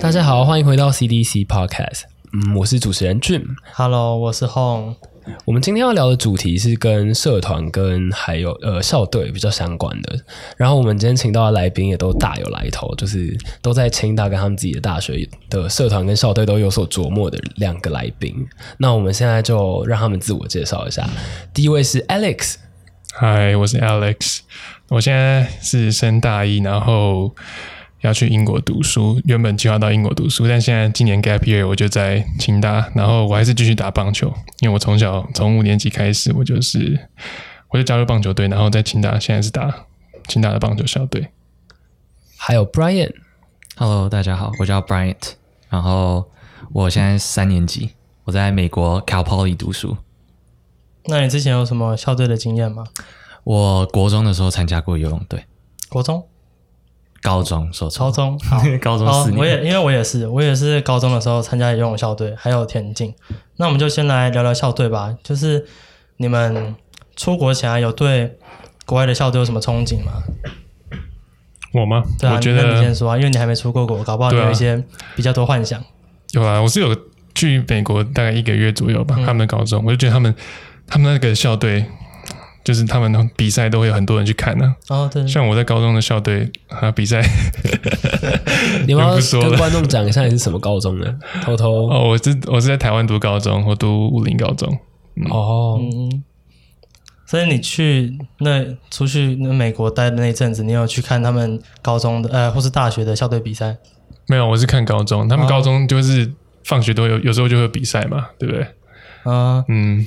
大家好，欢迎回到 CDC Podcast。嗯，我是主持人 Jim。 Hello，我是 Hong。我们今天要聊的主题是跟社团、跟还有呃校队比较相关的。然后我们今天请到的来宾也都大有来头，就是都在清大跟他们自己的大学的社团跟校队都有所琢磨的两个来宾。那我们现在就让他们自我介绍一下。第一位是 Alex，嗨，我是 Alex，我现在是升大一，然后要去英国读书。原本计划到英国读书，但现在今年 gap year 我就在清大，然后我还是继续打棒球，因为我从小从五年级开始，我就是我就加入棒球队，然后在清大现在是打清大的棒球校队。还有 Brian。 Hello，大家好，我叫 Bryant，然后我现在三年级，我在美国 Cal Poly 读书。那你之前有什么校队的经验吗？我国中的时候参加过游泳队，国中、高中说错高了，中、好 高中好四，年哦我也因为我也是，我也是高中的时候参加游泳校队，还有田径。那我们就先来聊聊校队吧，就是你们出国前啊有对国外的校队有什么憧憬吗？我吗？对啊，我觉那你先得说啊，因为你还没出过国，搞不好你对啊有一些比较多幻想。有啊，我是有去美国大概一个月左右嗯吧，他们的高中，我就觉得他们他们那个校队，就是他们比赛都会有很多人去看呢、啊哦，对，像我在高中的校队啊比赛， 你们要不说了跟观众讲一下你是什么高中的？偷偷哦，我是我是在台湾读高中，我读武林高中。哦，嗯，所以你去那出去那美国待的那一阵子，你有去看他们高中的呃，或是大学的校队比赛？没有，我是看高中，他们高中就是放学都有，有时候就会有比赛嘛，对不对？啊、嗯，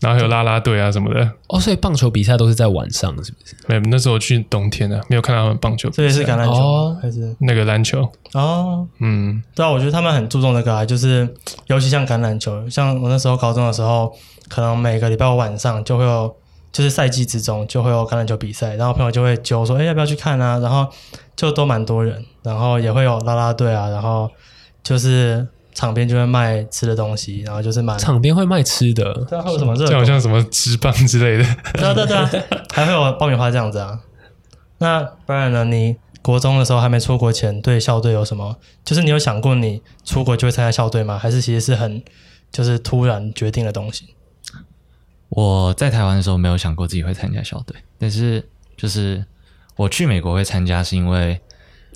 然后还有啦啦队啊什么的。哦，所以棒球比赛都是在晚上，是不是？没有，那时候我去冬天啊，没有看到他们棒球比这赛，也是橄榄球吗、哦还是那个篮球。哦？嗯，对啊，我觉得他们很注重这个啊，就是尤其像橄榄球，像我那时候高中的时候，可能每个礼拜五晚上就会有，就是赛季之中就会有橄榄球比赛，然后朋友就会揪说，哎，要不要去看啊？然后就都蛮多人，然后也会有啦啦队啊，然后就是场边就会卖吃的东西，然后就是蛮，场边会卖吃的，对啊，会有什么热这狗好，像什么直棒之类的。对啊对啊对啊， 还会有爆米花这样子啊。那不然呢？你国中的时候还没出国前，对校队有什么？就是你有想过你出国就会参加校队吗？还是其实是很就是突然决定的东西？我在台湾的时候没有想过自己会参加校队，但是就是我去美国会参加，是因为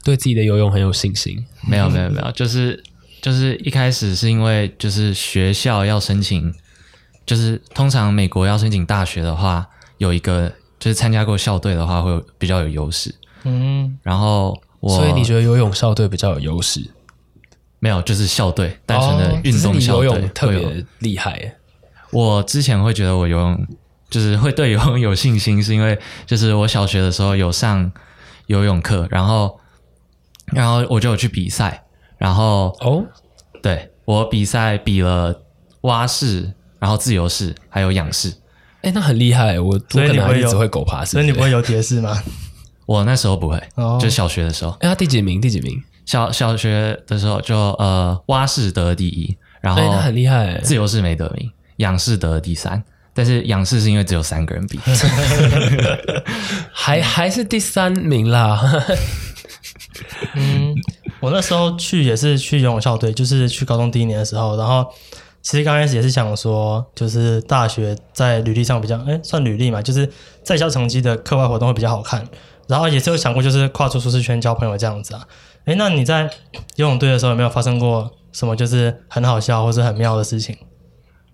对自己的游泳很有信心。没 有没有没有，就是就是一开始是因为就是学校要申请，就是通常美国要申请大学的话，有一个就是参加过校队的话会有比较有优势。嗯，然后我所以你觉得游泳校队比较有优势？没有就是校队单纯的哦运只动是你校游队、泳特会有别厉害。我之前会觉得我游泳就是会对游泳有信心，是因为就是我小学的时候有上游泳课，然后然后我就有去比赛，然后哦，对我比赛比了蛙式，然后自由式还有仰式。哎，那很厉害。我我所以可你能不还会是只游会狗爬式，所以你不对会游蝶式吗？ 我那时候不会，哦就小学的时候，对？哎，他第几名？第几名？小小学的时候就呃蛙式得第一，哦然后哎，那很厉害。自由式没得名，仰式得了第三。但是仰式是因为只有三个人比，还还是第三名 啦。嗯，我那时候去也是去游泳校队，就是去高中第一年的时候，然后其实刚开始也是想说，就是大学在履历上比较，哎，算履历嘛，就是在校成绩的课外活动会比较好看，然后也是有想过就是跨出舒适圈交朋友这样子啊。哎，那你在游泳队的时候有没有发生过什么就是很好笑或者很妙的事情？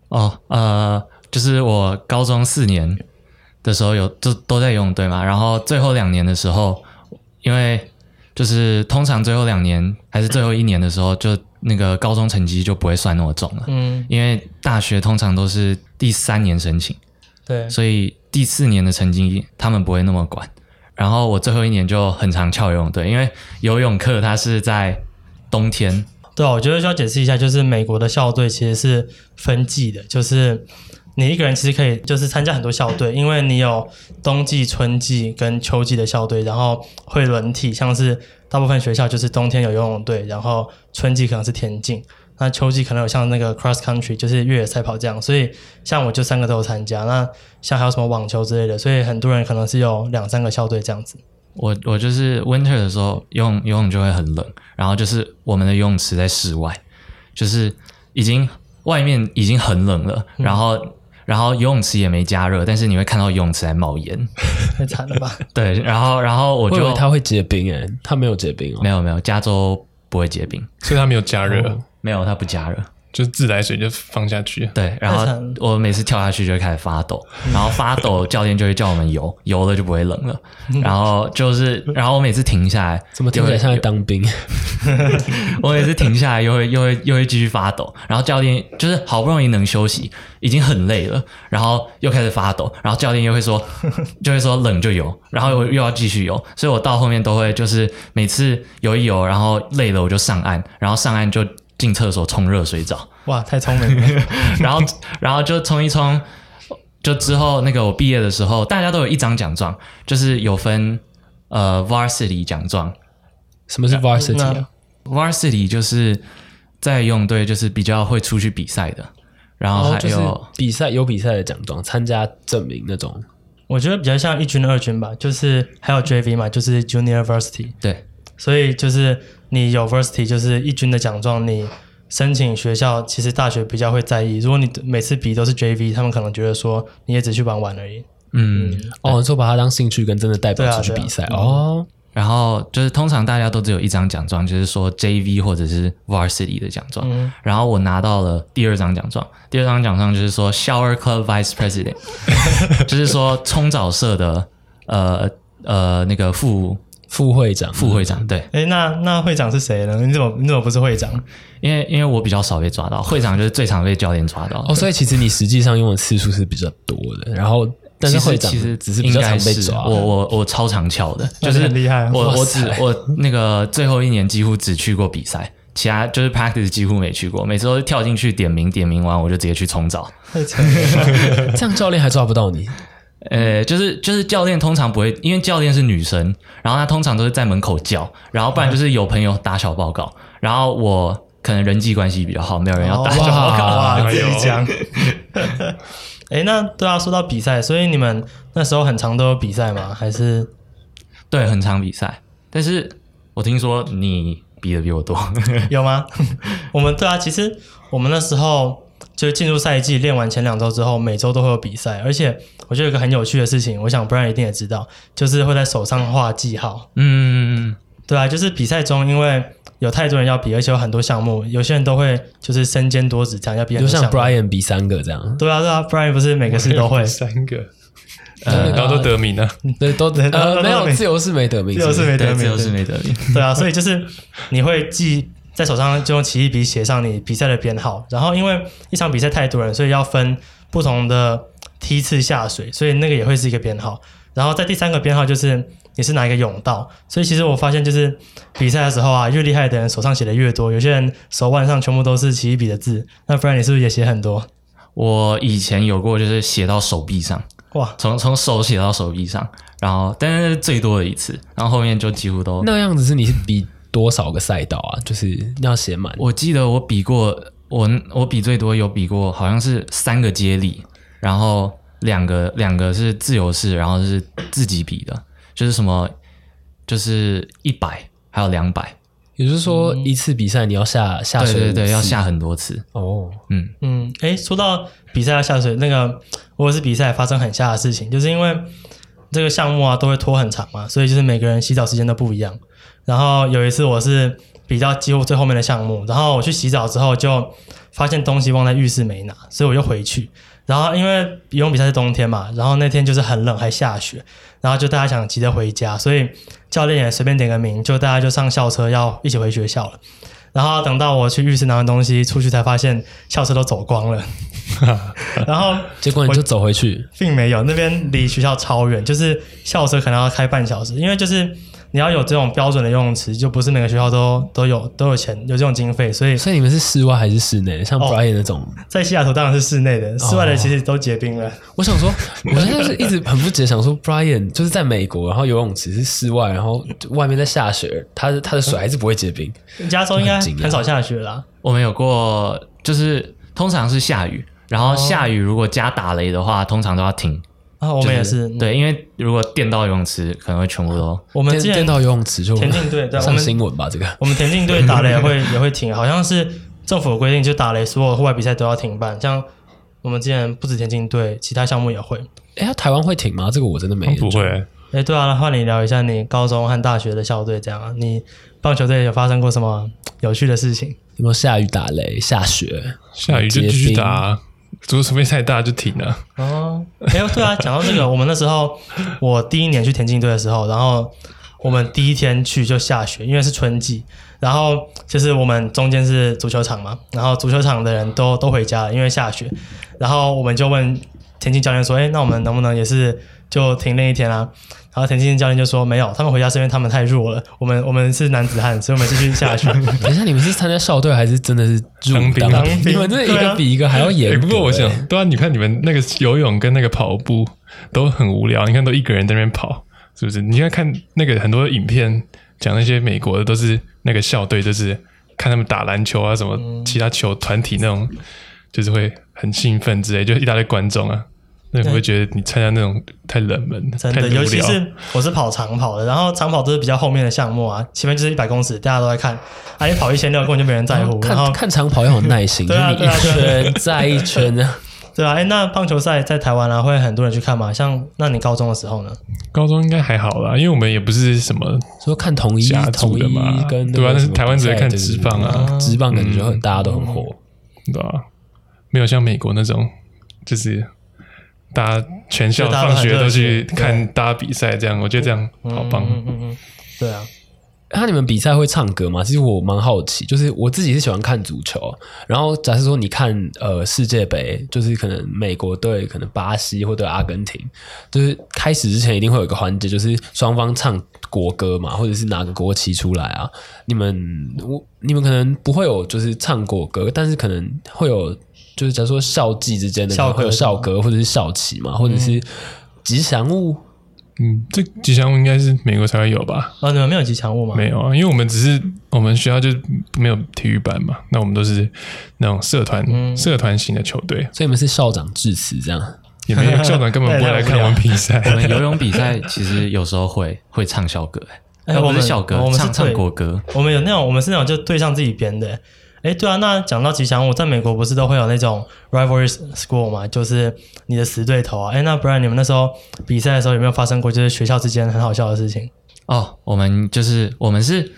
哦，呃，就是我高中四年的时候有都都在游泳队嘛，然后最后两年的时候，因为就是通常最后两年还是最后一年的时候，就那个高中成绩就不会算那么重了，嗯，因为大学通常都是第三年申请，对，所以第四年的成绩他们不会那么管。然后我最后一年就很常翘游泳队，因为游泳课它是在冬天，对啊，我觉得需要解释一下，就是美国的校队其实是分季的，就是你一个人其实可以就是参加很多校队，因为你有冬季、春季跟秋季的校队，然后会轮替，像是大部分学校就是冬天有游泳队，然后春季可能是田径，那秋季可能有像那个 cross country 就是越野赛跑这样，所以像我就三个都有参加，那像还有什么网球之类的，所以很多人可能是有两三个校队这样子。我我就是 winter 的时候游泳游泳就会很冷，然后就是我们的游泳池在室外，就是已经外面已经很冷了，然后然后游泳池也没加热，但是你会看到游泳池在冒烟，太惨了吧？对，然后然后我我以就为它会结冰诶、它没有结冰哦没。有没有，加州不会结冰， 所以它没有加热，没有它不加热。哦就是自来水就放下去。啊对，然太后惨了我每次跳下去就会开始发抖， 然后发抖，教练就会叫我们游，游了就不会冷了。然后就是，然后我每次停下来，嗯怎么听起来像在当兵？我每次停下来又会又会又会继续发抖，然后教练就是好不容易能休息，已经很累了，然后又开始发抖，然后教练又会说， 就会说冷就游，然后又又要继续游，所以我到后面都会就是每次游一游，然后累了我就上岸，然后上岸就进厕所冲热水澡，哇，太聪明了！然后然后就冲一冲，就之后那个我毕业的时候，大家都有一张奖状，就是有分呃 varsity 奖状，什么是 varsity 啊？ varsity 就是在游泳队就是比较会出去比赛的，然后哦还有、比赛有比赛的奖状，参加证明那种。我觉得比较像一军、二军吧，就是还有 JV 嘛，就是 Junior Varsity，对所以就是你有 Varsity 就是一军的奖状，你申请学校其实大学比较会在意。如果你每次比都是 JV，他们可能觉得说你也只去玩玩而已。嗯，哦，你说把它当兴趣跟真的代对表啊出去对啊比赛、哦。然后就是通常大家都只有一张奖状，就是说 JV 或者是 varsity 的奖状。然后我拿到了第二张奖状，第二张奖状就是说 shower club vice president，就是 说冲澡社的呃呃那个副副会长，副会嗯长，对，诶，那那会长是谁呢？你怎么你怎么不是会长？因为因为我比较少被抓到，会长就是最常被教练抓到的哦，所以其实你实际上用的次数是比较多的，然后但是其实会长其实只是比较常被应该是抓。哎我我我超常翘的，那就你是很厉害啊我哇我只塞我那个最后一年几乎只去过比赛，其他就是 practice 几乎没去过。每次都是跳进去点名，点名完我就直接去冲澡。会长嗯 这样教练还抓不到你，呃，就是就是教练通常不会，因为教练是女生，然后她通常都是在门口叫，然后不然就是有朋友打小报告，然后我可能人际关系比较好，没有人哦要打小报告。哇，哎自呦，己讲。诶，那对啊，说到比赛，所以你们那时候很常都有比赛吗？还是对，很常比赛，但是我听说你比的比我多。 有吗？我们对啊，其实我们那时候就是进入赛季，练完前两周之后，每周都会有比赛，而且我觉得有一个很有趣的事情，我想 Brian 一定也知道，就是会在手上画记号。嗯，对啊，就是比赛中因为有太多人要比，而且有很多项目，有些人都会就是身兼多职，这样要比很就多像项目。 Brian 比三个这样，对啊，对啊，Brian 不是每个事都会 三个，呃然后都得名啊了。嗯对， 都对都呃都没有没自由是没得名，自由是是不是没 对，得自名由的，是没得名。 对啊，所以就是你会记在手上，就用奇异笔写上你比赛的编号，然后因为一场比赛太多人，所以要分不同的梯次下水，所以那个也会是一个编号。然后在第三个编号就是你是哪一个泳道，所以其实我发现就是比赛的时候啊，越厉害的人手上写的越多，有些人手腕上全部都是奇异笔的字，那不然你是不是也写很多？我以前有过，就是写到手臂上，哇，从从手写到手臂上，然后但是最多的一次，然后后面就几乎都。那样子是你是比多少个赛道啊？就是要写满。我记得我比过，我我比最多有比过，好像是三个接力，然后两个两个是自由式，然后是自己比的，就是什么就是一百还有两百，也就是说，一次比赛你要下下嗯对水对五对，次要下很多次，哦，嗯嗯，诶，说到比赛要下水，那个我也是比赛发生很吓的事情，就是因为这个项目啊都会拖很长嘛，所以就是每个人洗澡时间都不一样。然后有一次我是比到几乎最后面的项目，然后我去洗澡之后就发现东西忘在浴室没拿，所以我又回去。然后因为游泳比赛是冬天嘛，然后那天就是很冷，还下雪，然后就大家想急着回家，所以教练也随便点个名，就大家就上校车要一起回学校了。然后等到我去浴室拿完东西出去，才发现校车都走光 了。然后结果你就走回去，并没有，那边离学校超远，就是校车可能要开半小时，因为就是你要有这种标准的游泳池，就不是每个学校都都有都有钱有这种经费，所以所以你们是室外还是室内？像哦 Brian 那种，在西雅图当然是室内的，室外的其实都结冰了。我想 说，我现在就是一直很不解，想说 Brian 就是在美国，然后游泳池是室外，然后外面在下雪，他的他的水还是不会结冰。加州应该很惊讶很少下雪啦，我们有过，就是通常是下雨，然后下雨如果加打雷的话，通常都要停。啊，我就们也是，嗯，对，因为如果电到游泳池，可能会全 部都我们电之前电到游泳池就田径队 对我上们新闻吧，这个我们田径队打雷也会 也会停，好像是政府有规定，就打雷所有户外比赛都要停办。像我们之前不止田径队，其他项目也会。哎，台湾会停吗？这个我真的没研究不会，哎，对啊，那换你聊一下你高中和大学的校队，这样啊，你棒球队有发生过什么有趣的事情？有没有下雨打雷、下雪？下雨就继续打、啊，如果除非太大就停了、哦，哎呦，对啊，讲到这个，我们那时候我第一年去田径队的时候，然后我们第一天去就下雪，因为是春季。然后就是我们中间是足球场嘛，然后足球场的人都 都回家了，因为下雪。然后我们就问田径教练说：“哎，那我们能不能也是就停练一天啊？”然后田径教练就说：“没有，他们回家是因为他们太弱了，我们我们是男子汉，所以我们继续下雪。”等一下，你们是参加校队还是真的是入当兵当 当兵？兵你们这一对个啊比一个还要哎、严格。不过我哎，欸想，对啊，你看你们那个游泳跟那个跑步都很无聊，你看都一个人在那边跑，是不是？你现在看那个很多影片，讲那些美国的都是那个校队，就是看他们打篮球啊，什嗯么其他球团体那种，就是会很兴奋之类，就一大堆观众啊。那你会不会觉得你参加那种太冷门、真太的，无尤其聊？是我是跑长跑的，然后长跑都是比较后面的项目啊，前面就是一百公尺，大家都在看，啊，你跑一千六根本就没人在乎。然后看，看长跑要有耐心，就对是啊你对啊一圈再一圈这样。对啊，哎，那棒球赛在台湾啊，会很多人去看嘛？像那你高中的时候呢？高中应该还好啦，因为我们也不是什么说看 统一甲统组一的嘛跟对啊吧？但是台湾只会看职棒啊直棒感觉很大家都很火。对吧、没有像美国那种，就是大家全校就大家都放很学热都血去看大家比赛，这样我觉得这样好棒。嗯嗯嗯，对啊，那、你们比赛会唱歌吗？其实我蛮好奇，就是我自己是喜欢看足球，然后假设说你看呃世界杯，就是可能美国队、可能巴西或者阿根廷，就是开始之前一定会有一个环节，就是双方唱国歌嘛，或者是拿个国旗出来啊。你们我你们可能不会有就是唱国歌，但是可能会有就是假如说校际之间的可能校歌会有校歌或者是校旗嘛，或者是吉祥物。嗯，这吉祥物应该是美国才会有吧？哦，你们没有吉祥物吗？没有啊，因为我们只是我们学校就没有体育班嘛，那我们都是那种社团、嗯社团型的球队，所以你们是校长致辞这样。也没 有校长根本不会来看我们比赛。我们游泳比赛其实有时候会会唱校歌、哎要我不们是校歌，我们是唱唱对国歌。我们有那种，我们是那种就对上自己编的。哎，对啊，那讲到吉祥物，在美国不是都会有那种 rivalry school 嘛，就是你的死对头啊。哎，那不然你们那时候比赛的时候有没有发生过就是学校之间很好笑的事情？哦，我们就是我们是，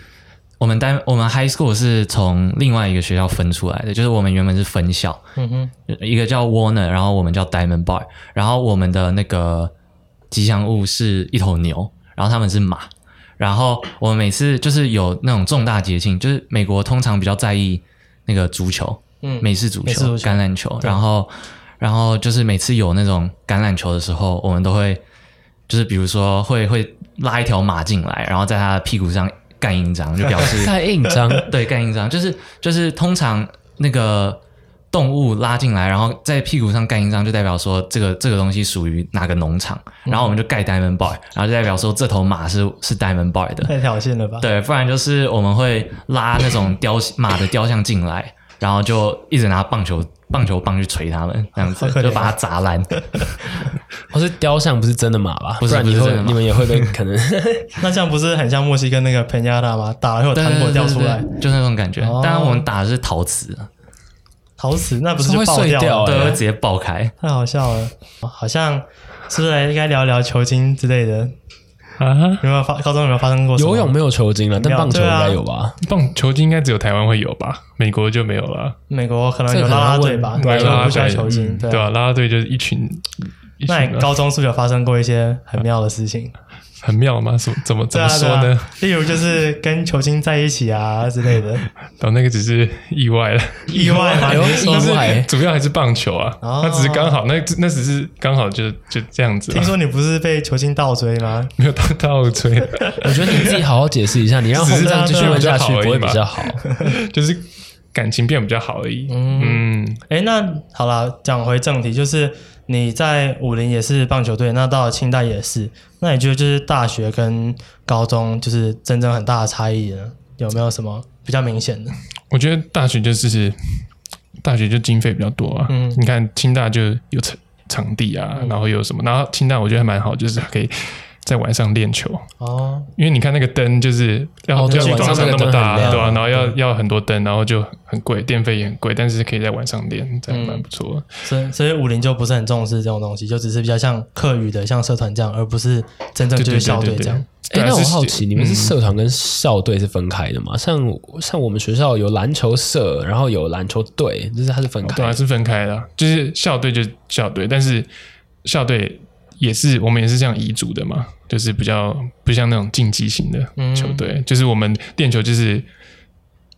我们单我们 high school 是从另外一个学校分出来的，就是我们原本是分校，嗯哼，一个叫 Warner，然后我们叫 Diamond Bar，然后我们的那个吉祥物是一头牛，然后他们是马，然后我们每次就是有那种重大节庆，就是美国通常比较在意那个足球，嗯美式足美式球、足球橄榄球，然后然后就是每次有那种橄榄球的时候，我们都会就是比如说会会拉一条马进来，然后在他的屁股上盖印章，就表 示太印章，对，盖印章 就是就是通常那个动物拉进来，然后在屁股上盖印章，就代表说这个这个东西属于哪个农场，嗯然后我们就盖 Diamond Bar，然后就代表说这头马是是 Diamond Bar 的，太挑衅了吧？对，不然就是我们会拉那种雕马的雕像进来，然后就一直拿棒球棒球棒去捶他们，这样好子可怜就把它 砸烂。或是雕像不是真的马吧？不是然你不是会真的马你们也会被可能那这样不是很像墨西哥那个佩亚达吗？打了会有对糖果对掉对出来对，对就那种感觉哦。当然我们打的是陶瓷，陶瓷那不是就会爆碎掉了？哎对，会直接爆开。太好笑了，好像是不是应该聊聊球精之类的？ 啊，有没有发高中有没有发生过什么游泳没有球精了，但棒球应该有吧？棒球精应该只有台湾会有吧？美国就没有了，美国可能这有可能啦啦要队问吧，对就啦啦不需要队球精，对对吧、啊。啊？啦啦队就是一群，一群那你啊高中是不是有发生过一些很妙的事情？很妙吗？怎么怎么怎对么啊，说对呢？啊，例如就是跟球精在一起啊之类的哦，那个只是意外了。意外嘛，哎呦你是说意就外是主要还是棒球啊，哦那只是刚好，那那只是刚好就就这样子听啊，说你不是被球精倒追吗？没有到 倒吹，我觉得你自己好好解释一下，你让只红是章继续问下去这样不就会比比较较好。欸就是感情变比较好而已。嗯嗯，哎，那好了，讲回正题，就是你在武林也是棒球队，那到了清大也是，那你觉得就是大学跟高中就是真正很大的差异呢？有没有什么比较明显的？我觉得大学就是大学就经费比较多啊，嗯你看清大就有成场地啊，嗯然后有什么，然后清大我觉得还蛮好，就是可以在晚上练球，哦，因为你看那个灯就是要、哦对要晚上晚上那那个么灯大，啊很亮对吧、然后要要很多灯，然后就很贵，电费也很贵，但是可以在晚上练，嗯这样蛮不错的。所以所以武林就不是很重视这种东西，就只是比较像课余的，像社团这样，而不是真正对就是对对校对队对这样。对哎、啊那我是好奇，你们是社团跟校队是分开的吗？像像我们学校有篮球社，然后有篮球队，就是它是分对开啊，的。是分开的啊、就是校队就校队，但是校队也是我们也是这样乙组的嘛，就是比较不像那种竞技型的嗯球队，就是我们练球就是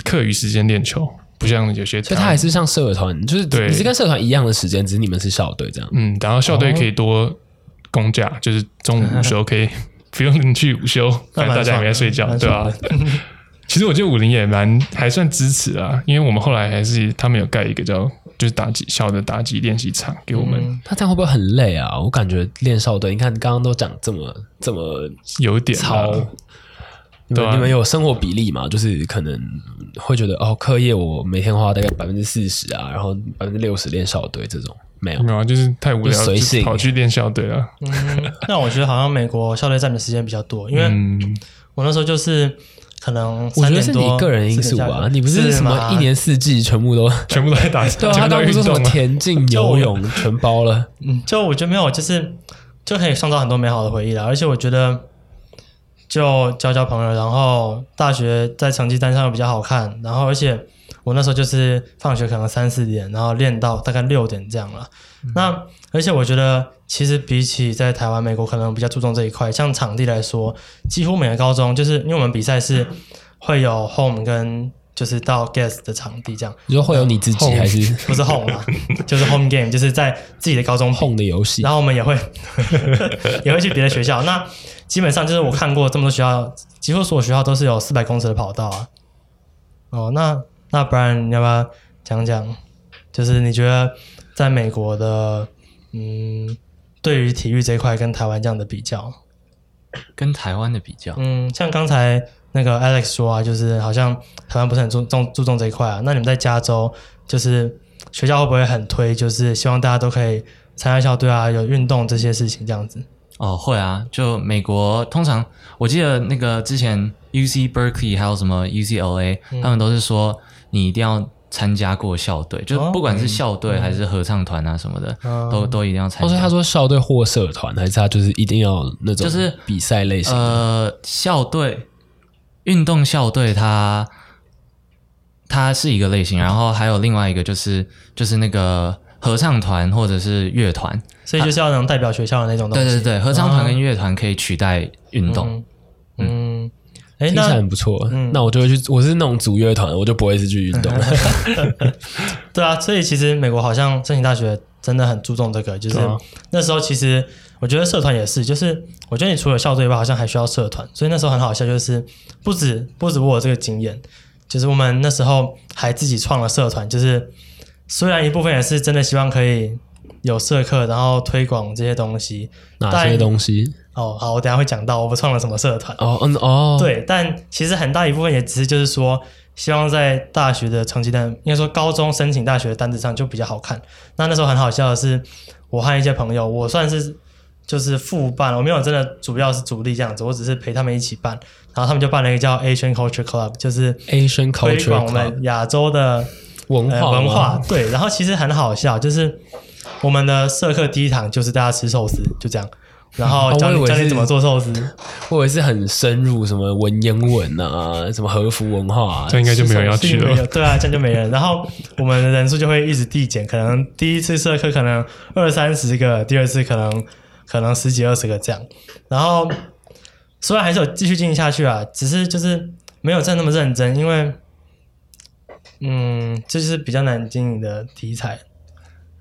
课余时间练球，不像有些所以它还是像社团，就是对你是跟社团一样的时间，只是你们是校队这样。嗯，然后校队可以多公哦假，就是中午午休可以 不用去午休，那反正蛮大家也没在睡觉，爽的对吧、蛮其实我觉得武林也蛮还算支持啊，因为我们后来还是他们有盖一个叫就是打击校的打击练习场给我们，他这样会不会很累啊？我感觉练校队，你看刚刚都讲这么这么有一点啊操，你对们、啊你们有生活比例吗？就是可能会觉得哦，课业我每天花大概百分之四十啊，然后百分之六十练校队这种没有没有啊，就是太无就聊，随就性跑去练校队啊了。嗯，那我觉得好像美国校队占的时间比较多，因为嗯，我那时候就是可能我三觉得点是多你个人因素四点下吧课，你不是什吗么一年四季全部都全部都在打，对啊，他刚全部都在刚不运是说什动么啊。田径、就我游泳全包了，嗯，就我觉得没有，就是就可以创造很多美好的回忆了。而且我觉得，就交交朋友，然后大学在成绩单上又比较好看，然后而且我那时候就是放学可能三四点，然后练到大概六点这样了。那而且我觉得，其实比起在台湾、美国，可能比较注重这一块。像场地来说，几乎每个高中就是因为我们比赛是会有 home 跟就是到 guest 的场地这样，你说会有你自己还是不是 home 啊， 就是 home game，就是在自己的高中比碰的游戏然？后我们也会 也会去别的学校。那基本上就是我看过这么多学校，几乎所有学校都是有四百公尺的跑道啊。哦，那那不然你要不要讲讲？就是你觉得在美国的，嗯，对于体育这一块跟台湾这样的比较，跟台湾的比较，嗯，像刚才那个 Alex 说啊，就是好像台湾不是很注重注重这一块啊。那你们在加州，就是学校会不会很推，就是希望大家都可以参加校队啊，有运动这些事情这样子？哦，会啊，就美国通常我记得那个之前 UC Berkeley 还有什么 UCLA，、他们都是说你一定要参加过校队，就哦不管是校队还是合唱团啊什么的，嗯都都一定要参哦，所加。以他说校队或社团，还是他就是一定要那种就是比赛类型的？呃，校队运动校队它它是一个类型，然后还有另外一个就是就是那个合唱团或者是乐团，所以就是要能代表学校的那种东对西。对对，合唱团跟乐团可以取代运动。嗯，哎、听起来那很不错，嗯那我就会去。我是那种组乐团，我就不会是去运 动。对啊，所以其实美国好像申请大学真的很注重这个，就是对啊那时候其实我觉得社团也是，就是我觉得你除了校队以外，好像还需要社团，所以那时候很好笑，就是不止不止我有这个经验，就是我们那时候还自己创了社团，就是虽然一部分也是真的希望可以有社课，然后推广这些东西。哪些东西？哦，好，我等一下会讲到我们创了什么社团。哦，嗯，哦，，对，但其实很大一部分也只是就是说，希望在大学的成绩单，应该说高中申请大学的单子上就比较好看。那那时候很好笑的是，我和一些朋友，我算是就是副办，我没有真的主要是主力这样子，我只是陪他们一起办。然后他们就办了一个叫 Asian Culture Club，就是。 Asian 推 Culture 广我 Club 啊们亚洲的文呃化文吗化，对，然后其实很好笑，就是我们的社课第一堂就是大家吃寿司，就这样，然后哦教我以你为教你是怎么做寿司，或者是很深入什么文言文啊，什么和服文化、啊这。样应该就没有人要是去没了有。对啊，这样就没人。然后我们的人数就会一直递减，可能第一次社课可能二三十个，第二次可能可能十几二十个这样。然后虽然还是有继续进行下去啊，只是就是没有再那么认真，因为嗯，这就是比较难经营的题材。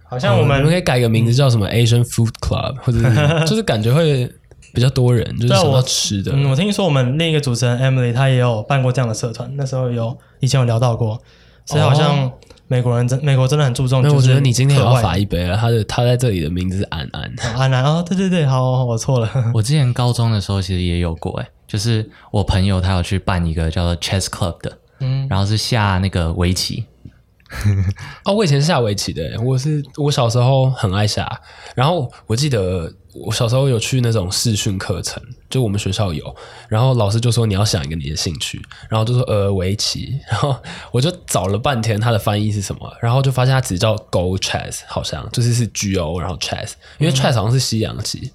好像我哦们你可以改个名字叫什么 Asian Food Club，或者 是就是感觉会比较多人，就是对啊想我到吃的。嗯，我听说我们另一个主持人 Emily 她也有办过这样的社团，那时候有以前有聊到过，所以好像美国人真美国真的很注重。哦那我就是觉得你今天也课要外罚一杯啊了。他的他在这里的名字是安安， 哦安然哦，对对对，好，好我错了。 我之前高中的时候其实也有过、欸，就是我朋友他有去办一个叫做 Chess Club 的，嗯，然后是下那个围棋，哦，我以前是下围棋的欸，我是我小时候很爱下，然后我记得我小时候有去那种视讯课程，就我们学校有，然后老师就说你要想一个你的兴趣，然后就说呃围棋， 然后我就找了半天它的翻译是什么，然后就发现它只叫 Go Chess，好像就是是 G O 然后 Chess，因为 Chess 好像是西洋棋，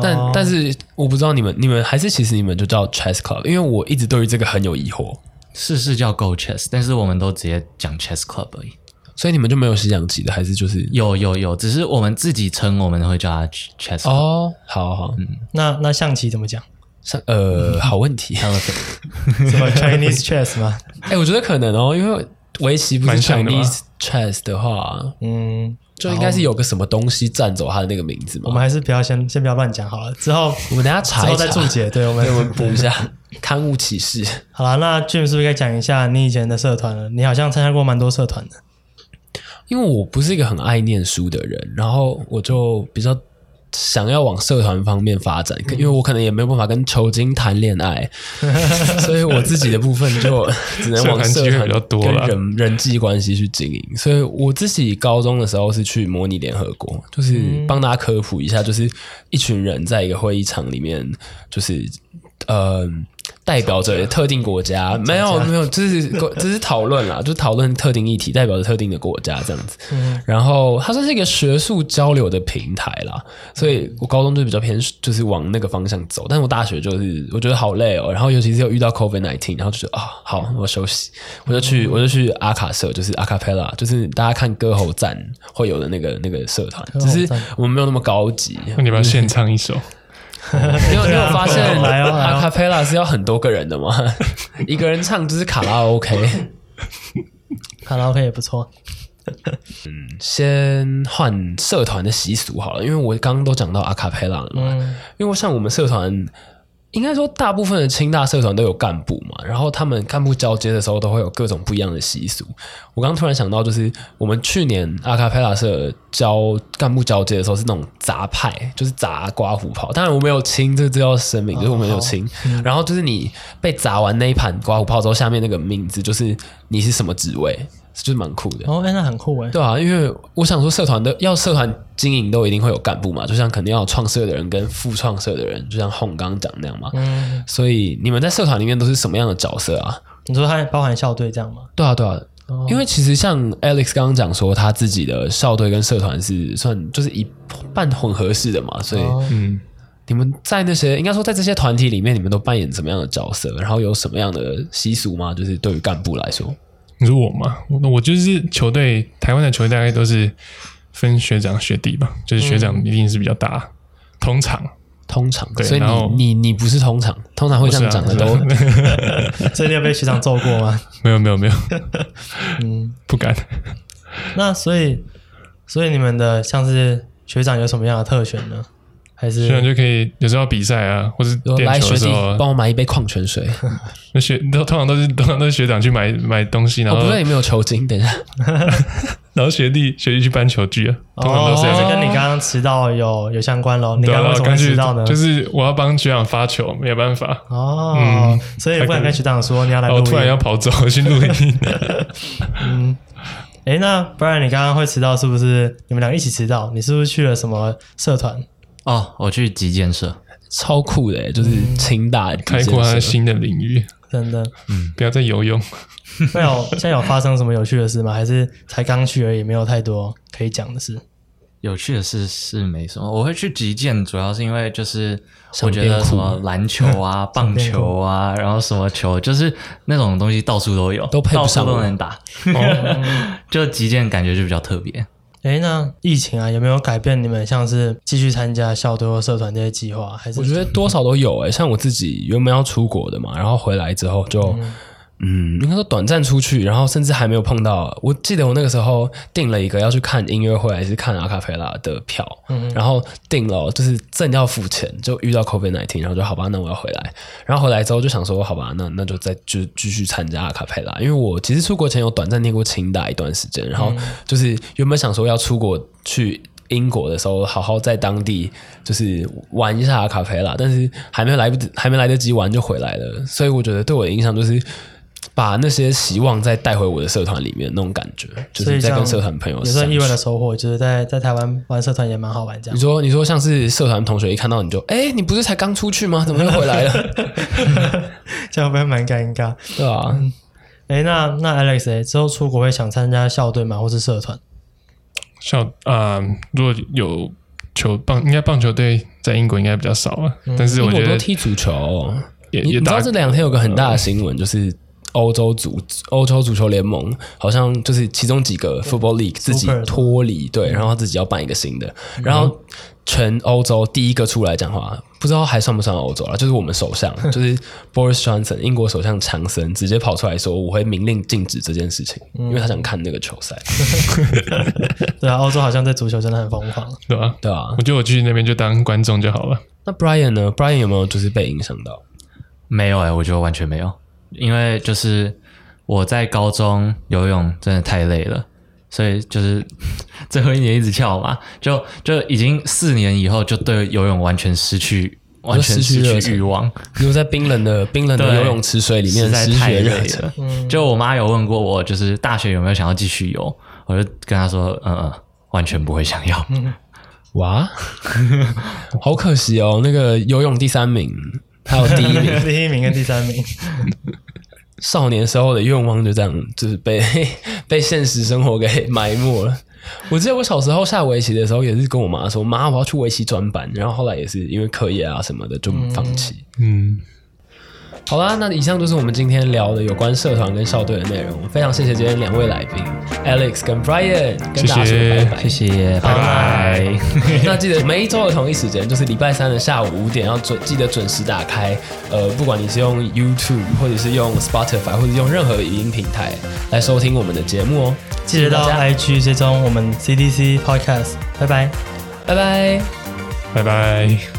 但、哦但是我不知道你们你们还是其实你们就叫 Chess Club，因为我一直对于这个很有疑惑，是是叫 Go Chess，但是我们都直接讲 Chess Club 而已。所以你们就没有西洋棋的，还是就是有有有，只是我们自己称我们会叫它 ch- Chess Club。哦，好好，那那象棋怎么讲？ 像嗯呃，好问题。什 么 Chinese chess 吗？ 哎、我觉得可能哦，因为围棋不是蛮像的吧 Chinese chess 的话，嗯，就应该是有个什么东西占走它的那个名字嘛。我们还是不要先先不要乱讲好了，之后我们等一下之查后一再查，注解。对，我们对，我们补一下 刊物启示。 好了。那 Jim 是不是该讲一下你以前的社团了？你好像参加过蛮多社团的。因为我不是一个很爱念书的人，然后我就比较想要往社团方面发展，因为我可能也没有办法跟球精谈恋 爱，所以我自己的部分就只能往社社团机会团比较多跟啦人人际关系去经营。所以我自己高中的时候是去模拟联合国，就是嗯帮大家科普一下，就是一群人在一个会议场里面，就是呃。代表着特定国家，没有没有，就是 只是讨论啦，就讨论特定议题，代表着特定的国家这样子。然后它算是一个学术交流的平台啦，所以我高中就比较偏就是往那个方向走，但是我大学就是我觉得好累哦，然后尤其是又遇到 COVID nineteen，然后就觉得啊好，我休息，我就嗯去我就去阿卡社，就是阿卡佩拉，就是大家看歌喉战会有的那个那个社团，喉只战是我们没有那么高级，那你要不要献唱一首？你 有你有发现来哦来哦阿卡佩拉是要很多个人的吗？ 一个人唱就是卡拉 OK。卡拉 OK 也不错。先换社团的习俗好了，因为我刚刚都讲到阿卡佩拉了嘛，因为像我们社团。应该说，大部分的清大社团都有干部嘛，然后他们干部交接的时候都会有各种不一样的习俗。我刚突然想到，就是我们去年阿卡佩拉社交干部交接的时候是那种杂派，就是杂刮胡泡。当然我们有清，这个这要声明，就是我们有清。然后就是你被砸完那一盘刮胡泡之后，下面那个名字就是你是什么职位，就是蛮酷的。哦，哎，那很酷哎。对啊，因为我想说，社团的要社团经营都一定会有干部嘛，就像肯定要有创社的人跟副创社的人，就像洪刚刚讲那样嘛。嗯，所以你们在社团里面都是什么样的角色啊？你说它包含校队这样吗？ 对啊，对啊，哦因为其实像 Alex 刚刚讲说，他自己的校队跟社团是算就是一半混合式的嘛，所以哦嗯，你们在那些应该说在这些团体里面，你们都扮演什么样的角色？然后有什么样的习俗吗？就是对于干部来说，你说我吗？我我就是球队，台湾的球队大概都是分学长学弟吧，就是学嗯长一定是比较大，通常通常，对所以然后你你你不是通常，通常会这样讲的都不是啊所以你有被学长揍过吗？ 没有没有没有， 嗯，不敢。那所以所以你们的像是学长有什么样的特权呢？还学长是就可以有时候要比赛啊，或是说来练球学弟的时候，啊帮我买一杯矿泉水。那学都通常都是通常都是学长去买买东西，然哦，后、不对，你没有球精，等一下。然后学弟学弟去搬球具啊，通常都是这样。哦这哦跟你刚刚迟到有有相关喽？你对啊刚刚为然什么会后干脆迟到呢？就是我要帮学长发球，没有办法，哦，嗯所以不敢跟学长说你要来然录后音。突然要跑走去录音。 哎，那不然你刚刚会迟到是不是？你们俩一起迟到，你是不是去了什么社团？哦，我去极建社，超酷的欸，就是清大的嗯开极阔限他社新的领域，真 的？不要再游泳。那有现在有发生什么有趣的事吗？还是才刚去而已，没有太多可以讲的事？有趣的事是没什么。我会去极建，主要是因为就是想我觉得变酷什么篮球 啊、棒球啊，然后什么球，就是那种东西到处都有，都配到不处上我都能打。哦 就极建感觉就比较特别。哎，那疫情啊，有没有改变你们像是继续参加校队或社团这些计划？还是我觉得多少都有哎、像我自己原本要出国的嘛，然后回来之后就，嗯，应该说短暂出去，然后甚至还没有碰到。我记得我那个时候订了一个要去看音乐会还是看阿卡佩拉的票，然后订了，就是正要付钱，就遇到 COVID nineteen，然后就好吧，那我要回来。然后回来之后就想说，好吧，那那就再就继续参加阿卡佩拉，因为我其实出国前有短暂念过清大一段时间，然后就是原本想说要出国去。英国的时候，好好在当地就是玩一下阿卡佩拉，但是还没有来不及，还没来得及玩就回来了，所以我觉得对我的影响就是把那些希望再带回我的社团里面那种感觉，就所以是这在样跟社团朋友也算意外的相处收获，就是在在台湾玩社团也蛮好玩这你样。说，你说像是社团同学一看到你就，哎、你不是才刚出去吗？怎么又回来了？嗯 这样会不会蛮尴尬？对啊，哎，那那 Alex 哎，之后出国会想参加校队吗，或是社团？校啊、如果有球棒，应该棒球队在英国应该比较少啊。嗯但是英我国觉都得踢足球、也你也你知打道这两天有个很大的新闻，就是欧洲足欧洲足球联盟好像就是其中几个 Football League 自己 Super 的嗯脱离，对，然后自己要办一个新的，然后全欧洲第一个出来讲话，不知道还算不算欧洲了，就是我们首相， 就是 Boris Johnson 英国首相强森直接跑出来说，我会明令禁止这件事情，嗯因为他想看那个球赛，对啊，欧洲好像对足球真的很疯狂。对吧、对啊我，觉得我去那边就当观众就好了。那 Brian 呢？Brian 有没有就是被影响到？没有哎、我觉得完全没有，因为就是我在高中游泳真的太累了，所以就是 最后一年一直翘嘛，就就已经四年以后就对游泳完全失去，完全失去失热去忱欲望，因为在冰冷的冰冷的对游泳池水里面实在失太血累热忱。了。就我妈有问过我，就是大学有没有想要继续游，我就跟她说，嗯嗯，完全不会想要。哇， 好可惜哦！那个游泳第三名，还有第一 名，第一名跟第三名，少年时候的愿望就这样，就是被 被现实生活给埋没了。我记得我小时候下围棋的时候，也是跟我妈说：“妈，我要去围棋专班。”然后后来也是因为课业啊什么的，就放弃。嗯，好啦，那以上就是我们今天聊的有关社团跟校队的内容。非常谢谢今天两位来宾 Alex 跟 Brian，跟大家说拜拜。谢谢，拜拜。 那记得每一周的同一时间，就是礼拜三的下午五点，要准记得准时打开。呃，不管你是用 YouTube 或者是用 Spotify，或者是用任何语音平台来收听我们的节目哦。记得到谢谢大家 IG 追踪我们 CDC Podcast，拜拜。拜拜。嗯拜拜。